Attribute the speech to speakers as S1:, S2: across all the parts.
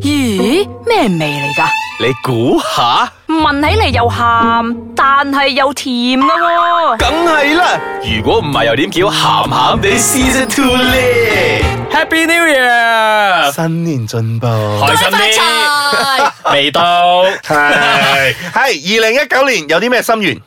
S1: 咦，咩味嚟噶？
S2: 你估下，
S1: 聞起嚟又鹹，但係又甜噶喎、
S2: 梗係啦。如果唔係，又點叫鹹鹹地 Season Two 咧？
S3: Happy New Year，
S4: 新年進步，
S3: 開心啲，
S5: 財！
S3: 未到，
S4: 係係二零一九年有啲咩心 願？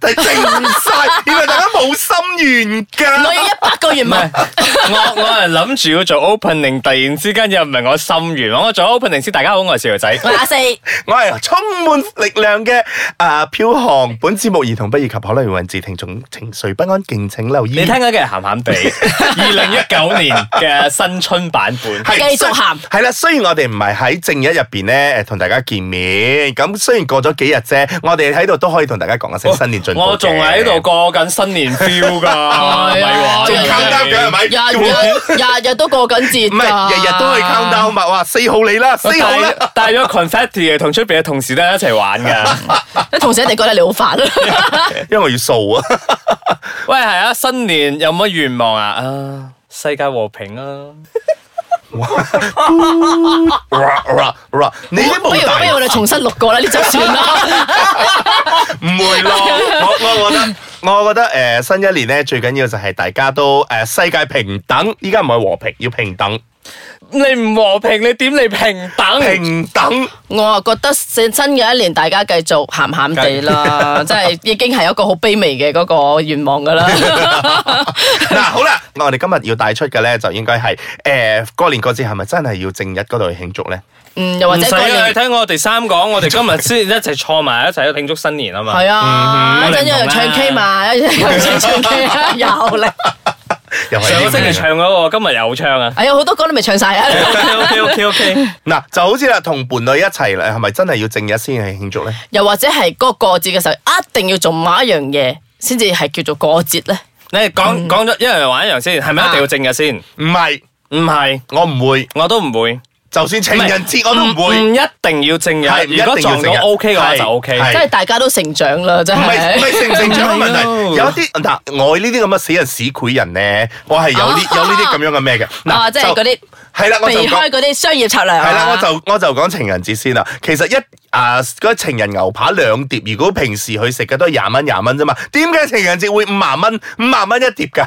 S4: 但係整唔晒，原來大家冇心願
S5: 我要
S4: 㗎。
S5: 一百個願
S3: 唔
S5: 望
S3: 係，我我係諗住要做 opening，突然之間又唔係我心願，我做 opening 先，大家好，我係小條仔。
S5: 我係阿四，
S4: 我係充滿力量嘅啊飄航。本節目兒童不宜及可能會引致聽眾情緒不安，敬請留意。
S3: 你聽緊嘅係鹹 鹹地，二零一九年嘅新春版本。
S5: 繼續喊
S4: 係啦，雖然我哋唔係喺正日入邊咧誒同大家見面，咁雖然過咗幾日啫，我哋喺度都可以同大家講一聲新年進步嘅
S3: 我仲喺度過緊新年 feel 噶，唔係啊話
S5: 仲
S3: 真係
S5: count down
S4: 緊係咪
S5: 日日日日都過緊節
S4: 唔
S5: 㗎，
S4: 係日日都去 count down 嘛？哇，四號你啦，四
S3: 我
S4: 號啦。
S3: 帶帶咗 confetti 嘅，同出邊嘅同事咧一齊玩噶。
S5: 啲同事一定覺得你好煩。
S4: 因為我要掃啊，
S3: 喂，係啊，新年有乜願望啊？啊，世界和平啊！
S4: 你都
S5: 不如
S4: 冇大
S5: 不如我哋重新錄過啦，呢集算 啦。
S4: 唔會 咯。我我覺得。我覺得誒、呃新一年咧最緊要就係大家都誒、呃世界平等，依家唔係和平，要平等，
S3: 你唔和平，你點嚟平等？
S5: 嗯
S4: 平 等。
S5: 我啊覺得新嘅一年大家繼續鹹鹹地啦，真係已經係一個好卑微嘅嗰個願 望㗎啦。
S4: 嗱、好啦，我哋今日要帶出嘅咧就應該係誒過年過節係咪真係要正日嗰度去慶祝咧？
S5: 嗯，又或
S3: 唔
S5: 者
S3: 使
S5: 過
S3: 啊！你
S5: 年
S3: 聽我哋三講，我哋今日先一齊坐埋一齊去慶祝新年啊嘛。
S5: 係啊，
S3: 嗯
S5: 一陣又唱 K 嘛，一陣又唱 K 啊，又嚟。
S4: 又係
S3: 上個星
S4: 呢
S3: 期
S4: 樣嘢
S3: 唱嗰個，今日又唱啊。
S5: 哎呀，好多歌都未唱 晒啊！
S3: OK OK OK OK。
S4: 嗱，就好似啦，同伴侶一齊啦，係咪真係要正日先去慶祝咧？
S5: 又或者係嗰個過節嘅時候，一定要做某一樣嘢先至係叫做過節咧。
S3: 你講講咗一樣玩一樣先，係咪一定要正日先？
S4: 唔係，
S3: 唔係，
S4: 我唔會，
S3: 我都唔會。
S4: 就算情人節我都唔會。
S3: 唔一定要正日
S4: 係唔一定，
S3: 如
S4: 要
S3: 果
S4: 正
S3: 撞
S4: 日
S3: 到 OK 嘅話就 OK。
S4: 係
S5: 真係大家都成長啦，真
S4: 唔 係唔
S5: 係。
S4: 係成唔成長嘅問題，
S3: 係咯
S4: 有一啲嗱，我呢啲咁嘅死人屎攰人咧，我係有呢 有呢啲咁樣嘅咩 嘅，
S5: 啊，
S4: 嗱
S5: 哦即係嗰
S4: 就
S5: 啲
S4: 係啦，我就
S5: 避
S4: 講
S5: 開嗰啲商業策略。啊係
S4: 係啦，我就我就講情人節先啦。其實一啊嗰情人牛扒兩碟，如果平時去食嘅都係廿蚊廿蚊啫嘛，點解情人節會五萬蚊五萬蚊一碟 㗎？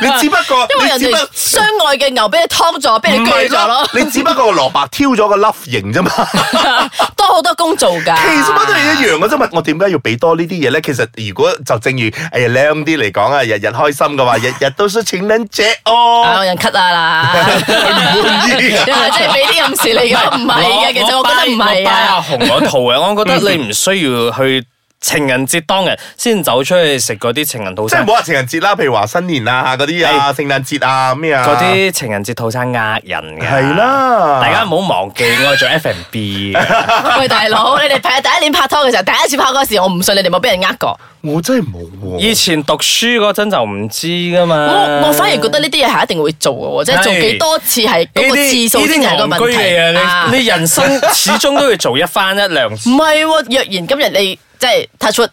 S4: 你只不過
S5: 因為人
S4: 你只不
S5: 哋相愛嘅牛俾你劏咗，俾你
S4: 唔
S5: 鋸
S4: 係咯
S5: 咗咯，，
S4: 你只不過個蘿蔔挑咗個 love 型啫嘛，
S5: 多好多工做㗎。
S4: 其實乜都係一樣嘅啫嘛。我點解要俾多呢啲嘢咧？其實如果就正如誒靚啲嚟講啊，日日開心 嘅話，日日都是情人節
S5: 啊，
S4: 哦，
S5: 有人 cut 啊啦。
S4: 唔滿意啊
S5: 你話即係俾啲暗示 你㗎，唔係嘅，其實我覺得唔係
S3: 我 buy 阿
S5: 啊。
S3: 紅嗰套 嘅，我覺得你唔需要去情人節當日先走出去食嗰啲情人套
S4: 即係
S3: 餐
S4: 唔好。話情人節啦，譬如話新年啊嗰啲啊，聖誕節啊咩啊
S3: 嗰啲情人節套餐呃人嘅，
S4: 係啦
S3: 大家唔好忘記我係做 F&B 嘅，
S5: 喂，大佬，你哋拍第一年拍拖嘅時候，第一次拍嗰時，我唔信你哋冇俾人呃過。
S4: 我真係冇
S3: 以
S4: 喎。
S3: 前讀書嗰陣就唔知噶嘛。
S5: 我我反而覺得呢啲嘢係一定會做嘅喎，即係做幾多次係嗰個次數先係個
S3: 呢啲戇居嘅
S5: 問題啊
S3: 嘢，你你人生 始終都要做一番一兩次
S5: 唔。係喎，若然今日你即係 touch wood，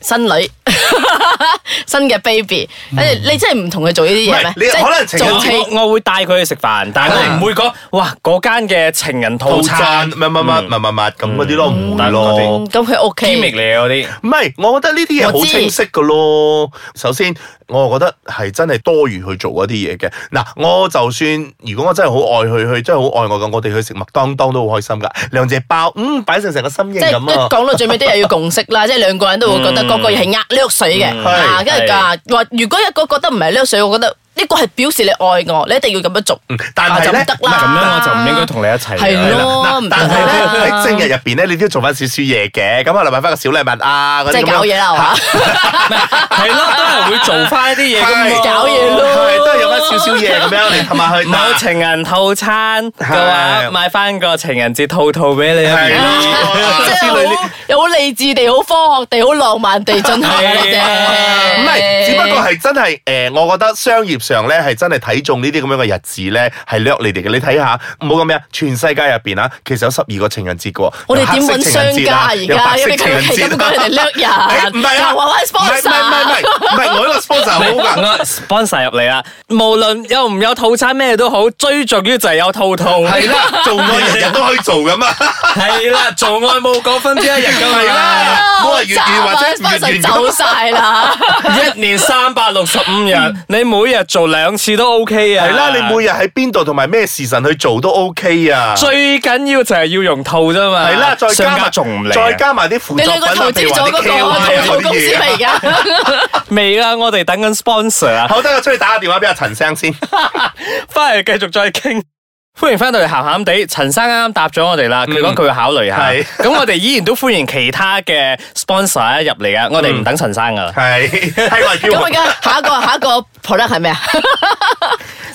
S5: 新女 新嘅 baby，你你真係唔同佢做呢啲嘢
S4: 唔係
S5: 咩？
S4: 你
S5: 即係
S4: 可能情人
S5: 做
S4: 節
S5: 戲
S3: 我我會帶佢去食飯，但係我唔會講哇嗰間嘅情人套
S4: 啊套
S3: 餐
S4: 餐乜乜乜乜乜乜咁嗰啲咯，唔會咯
S5: 嗯。咁佢
S3: gimmick
S5: OK，
S3: 嚟嘅嗰啲。
S4: 唔係，我覺得呢啲嘢好清晰噶咯。首先，我覺得係真係多餘去做嗰啲嘢嘅。嗱，我就算如果我真係好愛佢，佢真係好愛我嘅，我哋去食麥當當都好開心噶。兩隻包，嗯，擺成成個心形
S5: 即係
S4: 咁啊
S5: 講。到最尾都係要共識啦，即 係兩個人都會覺得嗰個嘢係呃掠水嘅，
S4: 係
S5: 啊，跟
S3: 係
S5: 住啊話如果一個覺得唔係掠水，我覺得呢個係表示你愛我，你一定要咁樣做，
S4: 但
S5: 啊
S4: 係
S5: 就唔
S4: 咧
S5: 得
S3: 咁樣
S5: 啦，
S3: 我就唔應該同你一齊㗎。
S5: 係咯，
S4: 嗱
S5: 唔
S4: 但係
S5: 得
S4: 咧
S5: 啦
S4: 喺正日入邊咧，你都要做翻少少嘢嘅。咁可能買翻個小禮物啊，嗰
S5: 即
S4: 啲
S5: 係
S4: 咁
S5: 搞嘢
S4: 樣。
S5: 啦，係嘛？
S3: 係咯，都係會做翻一啲嘢㗎嘛
S4: 係
S5: 搞嘢咯
S4: 係都係有翻少少嘢咁樣嚟氹下佢。
S3: 某情人套餐嘅話，
S4: 係
S3: 買翻個情人節套套俾你
S4: 係
S3: 啊。
S4: 咯，
S5: 即
S4: 之類呢
S5: 係好又好理智地、好科學地、好浪漫地進行嘅啫。
S3: 係啊
S4: 唔係，只不過係真係誒、呃我覺得商業上咧係真係睇中呢啲咁樣嘅日子咧，係掠你哋嘅。你睇下，唔好咁咩，全世界入邊啊，其實有十二個情人節嘅喎。
S5: 我哋
S4: 有黑
S5: 點
S4: 色
S5: 揾
S4: 情人
S5: 商
S4: 節
S5: 家
S4: 啊
S5: 啊而
S4: 有
S5: 家？
S4: 白
S5: 有
S4: 色
S5: 啲
S4: 情
S5: 佢
S4: 人
S5: 係咁
S4: 節啊
S5: 講人哋掠
S4: 誒
S5: 人，
S4: 唔係啊，
S5: 又話揾
S4: 唔係唔係唔係唔
S5: sponsor，
S4: 係唔係，我呢個 sponsor 好㗎。
S3: 我 sponsor 入嚟啦，無論有唔有套餐咩都好，追逐於就係有套套。
S4: 係啦，做愛日日都可以做噶嘛，
S3: 係啦，做愛冇嗰分之一日 噶
S4: 係
S3: 嘛，
S4: 啦，
S5: 好
S4: 冇人月
S5: 慘
S4: 月
S5: 啊
S4: 或者月
S5: sponsor
S4: 月
S5: 走
S4: 咁。
S5: 晒啦。
S3: 一年三百六十五日，你每日做兩次都 OK 啊。
S4: 係啦，你每日喺邊度同埋咩時辰去做都 OK 啊。
S3: 最緊要就係要用套啫嘛。
S4: 係啦，再加
S3: 商家
S4: 埋
S3: 仲唔嚟啊
S4: 再加埋啲輔助
S5: 你
S4: 品
S5: 兩個
S4: 啊，
S5: 投
S4: 譬
S5: 資
S4: 如
S5: 咗
S4: 話
S5: 嗰
S4: 啲
S5: 個
S4: KOL 啊
S5: 套套
S4: 嗰
S5: 公司
S4: 啲嘢。
S5: 嚟㗎。
S3: 未啦，我哋等緊 sponsor 啊。
S4: 好，得我出去打個電話俾阿陳生先。
S3: 翻嚟繼續再傾。歡迎翻到嚟鹹鹹地，陳生啱啱答咗我哋啦，佢講佢會考慮下。
S4: 嗯係
S3: 咁我哋依然都歡迎其他嘅 sponsor 入嚟啊！我哋唔等陳生噶啦，
S4: 係係我係
S5: 咁
S4: 叫
S5: 而 家下一個下一個 product 係咩啊？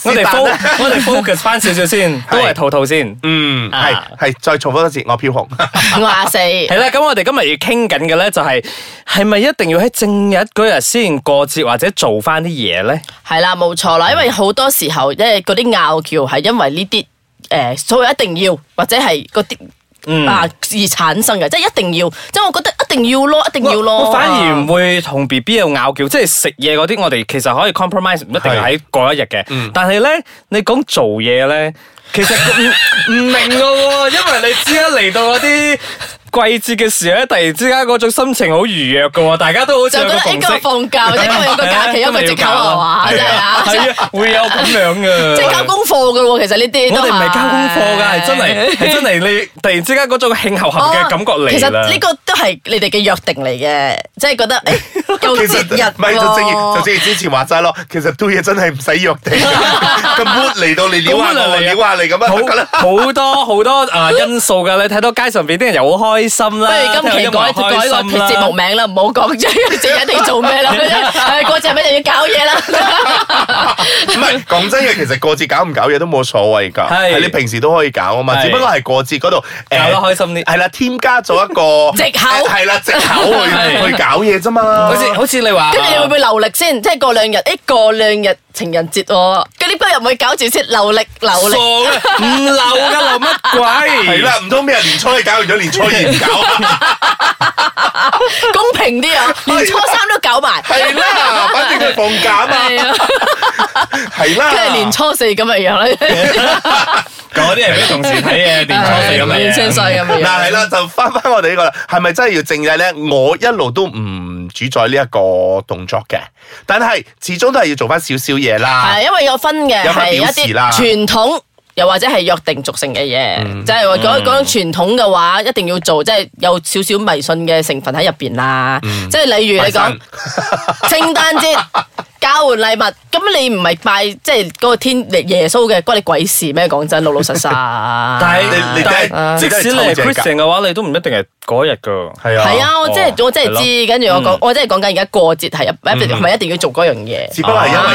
S3: 我哋 focus
S4: 是但啦
S3: 我哋 focus 翻少少先，都係套套先。
S4: 嗯，
S3: 啊
S4: 係係，再重複一次，我飄紅。
S5: 我話四。
S3: 係啦，咁我哋今日要傾緊嘅咧，就係係咪一定要喺正日嗰日先過節或者做翻啲嘢咧？
S5: 係啦，冇錯啦，因為好多時候，因為嗰啲拗撬係因為呢啲誒，所謂一定要或者係嗰啲啊而產生嘅，即係一定要，即係我覺得一定要咯，一定要咯。
S3: 我反而唔會同 B B 有拗撬，即係食嘢嗰啲，我哋其實可以 compromise，唔一定係喺嗰一日嘅。但係咧，你講做嘢咧，其實唔唔明嘅喎，因為你知啦，嚟到嗰啲季節嘅時候咧，突然之間嗰種心情好愉悅嘅喎，大家都好似
S5: 就
S3: 有
S5: 覺
S3: 個
S5: 得哎
S3: 共
S5: 應該
S3: 識，
S5: 放假，或者 今日有個假期，
S3: 係啊
S5: 一個藉
S3: 今日
S5: 口
S3: 要
S5: 係
S3: 搞啊
S5: 嘛，真係啊，
S3: 係啊，會有咁樣 嘅。
S5: 即係交功課嘅喎，其實呢啲
S3: 我
S5: 都
S3: 哋唔係交功課㗎，係真係係真係你突然之間嗰種慶合
S5: Ờ,
S3: 合嘅感覺嚟啦。
S5: 其實呢個都係你哋嘅約定嚟嘅，即係覺得 誒有
S4: 其
S5: 節
S4: 實
S5: 日
S4: 唔係就正如
S5: 喎
S4: 就正如之前話齋咯，其實都嘢真係唔使約 定嘅，個 mood 嚟到你
S3: 咁
S4: 撩下
S3: 啊嚟
S4: 我，
S3: 啊
S4: 撩下你咁
S3: 好
S4: 樣，
S3: 好多好多啊因素噶，你睇到街上邊啲人又好開心啦，
S5: 不如今期
S3: 聽到
S5: 改
S3: 音樂
S5: 改
S3: 開
S5: 個
S3: 心啦
S5: 節目名啦，唔好講即係自己一定做咩啦，誒嗰陣咩就要搞 嘢啦。
S4: 唔係講真嘅，其實過節搞唔搞嘢都冇所謂㗎，
S3: 係
S4: 係你平時都可以搞啊嘛，
S3: 係
S4: 只不過係過節嗰度
S3: 搞
S4: 誒
S3: 得開心啲
S4: 係啦，添加咗一個
S5: 藉口
S4: 誒係啦，藉口
S3: 係
S4: 去去搞嘢啫嘛
S3: 好。似好似你話，
S5: 跟住你會唔會留力先？即係過兩日，誒過兩日情人節喎，跟住今日唔會搞住先留力留力
S3: 傻。嘅，唔流噶流乜鬼？
S4: 係啦，，唔通咩年初一搞完咗，年初二唔搞啊？
S5: 公平啲啊，連初三都搞埋，
S4: 係啦，反正佢放假啊嘛，
S5: 係啊，
S4: 係啦。
S5: 跟住年初四咁嘅樣啦，
S3: 嗰啲係俾同事睇嘅，年
S5: Ờ, ừ,
S3: 初四咁
S5: 年青
S3: 嘅
S5: 歲
S3: 嘢。
S5: 咁嘅
S4: 嗱係
S5: 樣。
S4: 啦，就翻翻我哋呢個啦，係咪真係要正日咧？我一路都唔主宰呢一個動作嘅，但係始終都係要做翻少少嘢啦
S5: 係。因為有分嘅
S4: 有
S5: 係
S4: 分
S5: 一
S4: 表
S5: 啲
S4: 示啦
S5: 傳統。又或者係約定俗成嘅嘢，即係話講講傳統嘅話，一定要做，即係有少少迷信嘅成分喺入邊啦。即係例如你 講
S4: 拜
S5: 聖誕節交換禮物，咁你唔係拜即係嗰個天耶穌嘅，關你鬼事咩？講真，老老實實。
S3: 但係
S4: 你你
S3: 但
S4: 啊
S3: 係，即使你係 Christian 嘅話，你都唔一定係嗰日噶。
S4: 係
S5: 係啊，我
S3: 哦
S5: 即係我即係知，跟住我講，我即係講緊而家過節係一一定唔係一定要做嗰樣嘢，
S4: 只不過係因為
S3: 啊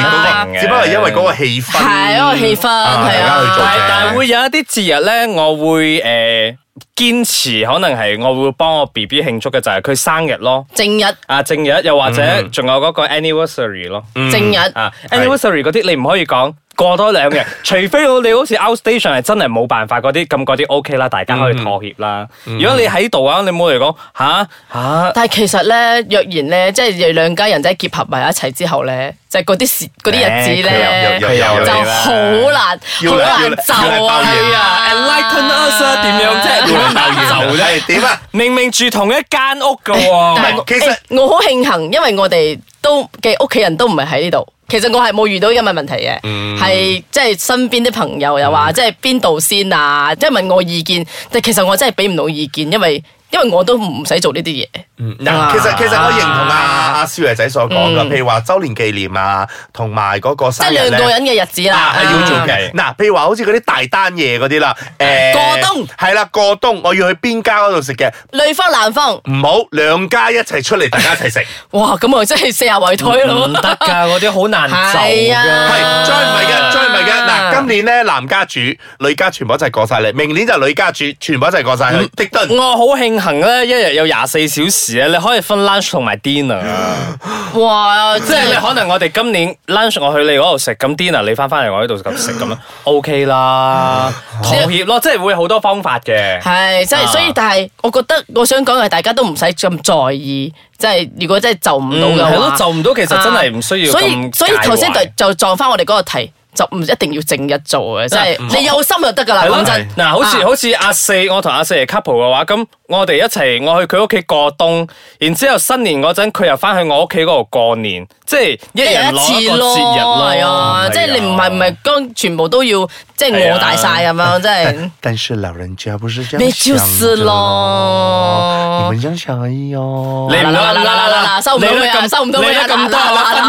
S4: 嗰個，只不過係因為嗰個氣氛，
S5: 係嗰個氣氛
S4: 啊大
S5: 係
S4: 家去做啫。
S5: 啊
S3: 但係會有一啲節日咧，我會誒堅持，可能係我會幫我 B B 慶祝嘅就係佢生日咯。
S5: 正日
S3: 啊正日，又或者仲有嗰個 anniversary 咯。
S4: 嗯
S5: 正日。
S3: 啊 anniversary 嗰啲你唔可以講過多兩日，除非我哋好似 outstation 係真係冇辦法嗰啲，咁嗰啲 OK 啦，大家可以妥協啦。如果你喺度啊，你冇嚟講吓吓，
S5: 但係其實咧，若然咧，即係兩家人仔結合埋一齊之後咧，就係嗰啲時嗰啲日子
S4: 誒
S5: 咧，
S4: 佢又又又
S5: 就
S4: 嚟
S3: 啦
S5: 好難好
S4: 要啦要
S5: 難
S4: 啦
S5: 就
S4: 要啦要
S5: 啊
S3: 啊 enlighten us 啊，點樣啫？點樣 就啫？
S4: 係點啊？
S3: 明明住同一間屋噶
S5: 但
S3: 喎
S5: 係我，
S4: 其實
S5: 誒我好慶幸，因為我哋都嘅屋企人都唔係喺呢度。其實我係冇遇到咁嘅問題嘅，
S4: 嗯
S5: 係即係身邊啲朋友又話即係邊度先啊，即係問我意見，但其實我真係俾唔到意見，因為因為我都唔使做呢啲嘢。
S4: 嗯
S5: 啊
S4: 嗱，其實其實我認同阿阿少爺仔所講噶，譬如話周年紀念啊，同埋嗰個
S5: 嗯即係
S4: 生日
S5: 兩個
S4: 咧。
S5: 人嘅日子啦
S4: 啊，，係要做
S5: 啊
S4: 嘅。嗱，譬如話好似嗰啲大單嘢嗰啲啦，誒，
S5: 過冬
S4: 係啦，過冬我要去邊家嗰度食嘅，
S5: 女方男方，
S4: 唔好兩家一齊出嚟，大家一齊 食。
S5: 哇！咁我真係四廿圍推咯
S3: 唔，得噶，嗰啲好難就
S5: 係啊
S3: 㗎。
S4: 係，再唔係嘅，再唔係嘅。嗱，今年咧
S5: 嗯
S4: 男家主、女家全部一齊過晒嚟，明年就女家主，全部一齊過晒去。迪頓
S3: 我好慶幸行咧，一日有廿四小時咧，你可以分 lunch 同埋 dinner 啊
S5: 哇！
S3: 即
S5: 即
S3: 係你
S5: 係
S3: 可能我哋今年 lunch 我去你嗰度食，咁 dinner 你翻翻嚟我呢度咁食咁樣 OK 啦，妥協咯，即係會好多方法嘅。
S5: 係，即係所以，但係我覺得我想講嘅係大家都唔使咁在意，即係如果真係就唔到
S3: 嗯
S5: 嘅
S3: 係
S5: 話，
S3: 咯就唔到其實真係唔需要
S5: 所以
S3: 咁
S5: 所以頭先
S3: 介
S5: 就
S3: 懷
S5: 就撞翻我哋嗰個題，就唔一定要正日做嘅，即
S3: 嗯
S5: 係你有心就得㗎啦。
S3: 係咯
S5: 講真，
S3: 嗱，好似
S5: 啊
S3: 好似阿四，我同阿四係 couple 嘅話，咁我哋一齊，我去佢屋企過冬，然之後新年嗰陣佢又翻去我屋企嗰度過年，即係一
S5: 一
S3: 人
S5: 人
S3: 攞
S5: 一
S3: 一
S5: 次
S3: 個節
S5: 咯，
S3: 日咯，
S5: 係啊，即係你唔係唔係將全部都要即係我大晒咁樣，即係。
S4: 但是老人家不是这
S5: 咩
S4: 样
S5: 就
S4: 想
S5: 是
S4: 的
S5: 咯
S4: 咯，你们这样想而已哦。
S3: 你
S5: 嗱嗱嗱嗱嗱嗱，收唔到佢啊，收唔到佢啊，啦嗱嗱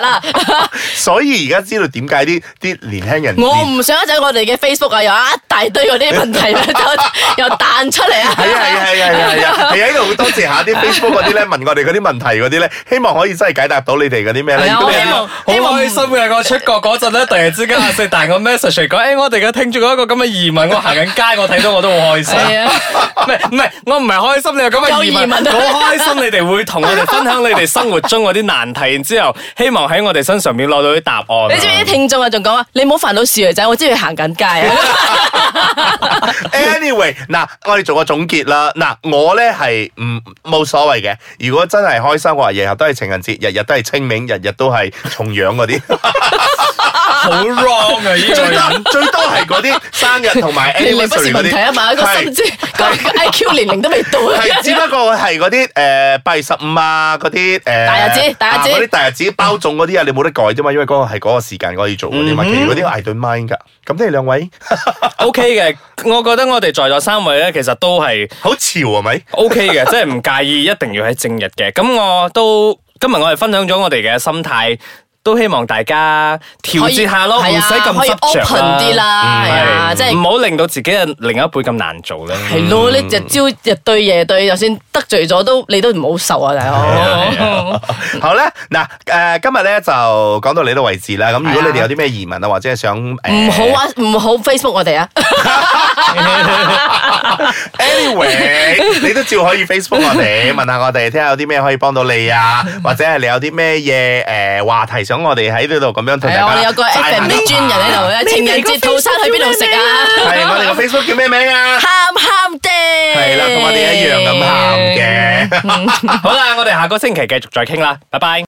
S5: 嗱嗱。
S4: 所以而家知道點解啲啲年輕人
S5: 我唔想一陣我哋嘅 Facebook 啊，有一大堆嗰啲問題又又彈出嚟
S4: 係啊係啊
S5: 啊！
S4: 係啊係啊係啊！係喺度好多謝下 啲 Facebook 嗰啲咧問我哋嗰啲問題嗰啲咧，希望可以真係解答到你哋嗰啲咩咧。
S5: 係啊
S4: 如果你有
S5: 希
S3: 好
S4: 啲
S5: 望
S3: 開心嘅，我出國嗰陣咧，突然之間阿四彈個 message 嚟講，誒，我哋 嘅聽眾有一個咁嘅疑問，我行緊街，我睇到我都好開心。
S5: 係啊，
S3: 唔係唔係，我唔係開心，你有咁嘅疑
S5: 有疑
S3: 問，
S5: 問啊
S3: 好開心你哋會同我哋分享你哋生活中嗰啲難題，然之後希望喺我哋身上面攞到啲答案啊。
S5: 你知唔知啲聽眾啊仲講啊？你唔好煩到少女仔，我知佢行緊街啊！
S4: Anyway，嗱，我哋做個總結啦。嗱，我咧係唔冇所謂嘅。如果真係開心，我話日日都係情人節，日日都係清明，日日都係重陽嗰啲，
S3: 好 wrong 啊！ 呢個
S4: 最
S3: 人
S4: 多最多係嗰啲生日同埋
S5: 你不是
S4: anniversary 嗰
S5: 問題啊
S4: 啲。
S5: 嘛，個心知個 IQ 年齡都未到啊！
S4: 係，只不過係嗰啲誒八月十五啊，嗰啲誒
S5: 大日子大日子
S4: 啊嗰啲大日子包粽嗰啲啊，你冇得改啫嘛，因為嗰個係嗰個時間嗰個要做嗰
S5: 嗯
S4: 啲嘛，其實嗰啲我 I don't mind 㗎。咁你哋兩位
S3: OK 嘅，我覺得我哋在座三位咧，其實都係
S4: 好潮係咪？
S3: OK 嘅，即係唔介意，一定要喺正日嘅。咁我都今日我哋分享咗我哋嘅心態，都希望大家調節下咯，唔
S5: 係啊
S3: 使咁
S5: 可以
S3: 執着
S5: open 啲啦，係啊，即係
S3: 係唔好令到自己嘅另一輩咁難做 咧。
S5: 係咯，你日朝日對夜對，就算得罪咗都你都唔好受啊，大佬。
S4: 好啦，嗱，诶，今日咧就講到你度為止啦。咁如果你哋有啲咩疑問啊，或者係想
S5: 唔
S4: 唔
S5: 好啊，唔好 Facebook 我哋啊，
S4: ，anyway，你都照可以 Facebook 我哋，問下我哋，聽下有啲咩可以幫到你 啊，或者係你有啲咩嘢诶話題想我哋喺呢度咁樣同
S5: 係
S4: 大家
S5: 啊，我哋有個
S4: 齋下
S5: FM 專人喺度咧，情人節套餐去邊度食啊？
S4: 係我哋個 Facebook 叫咩名啊？
S5: 喊喊的，
S4: 係啦，同我哋一樣咁喊嘅。
S3: 好啦，我哋下個星期繼續再傾啦，拜拜。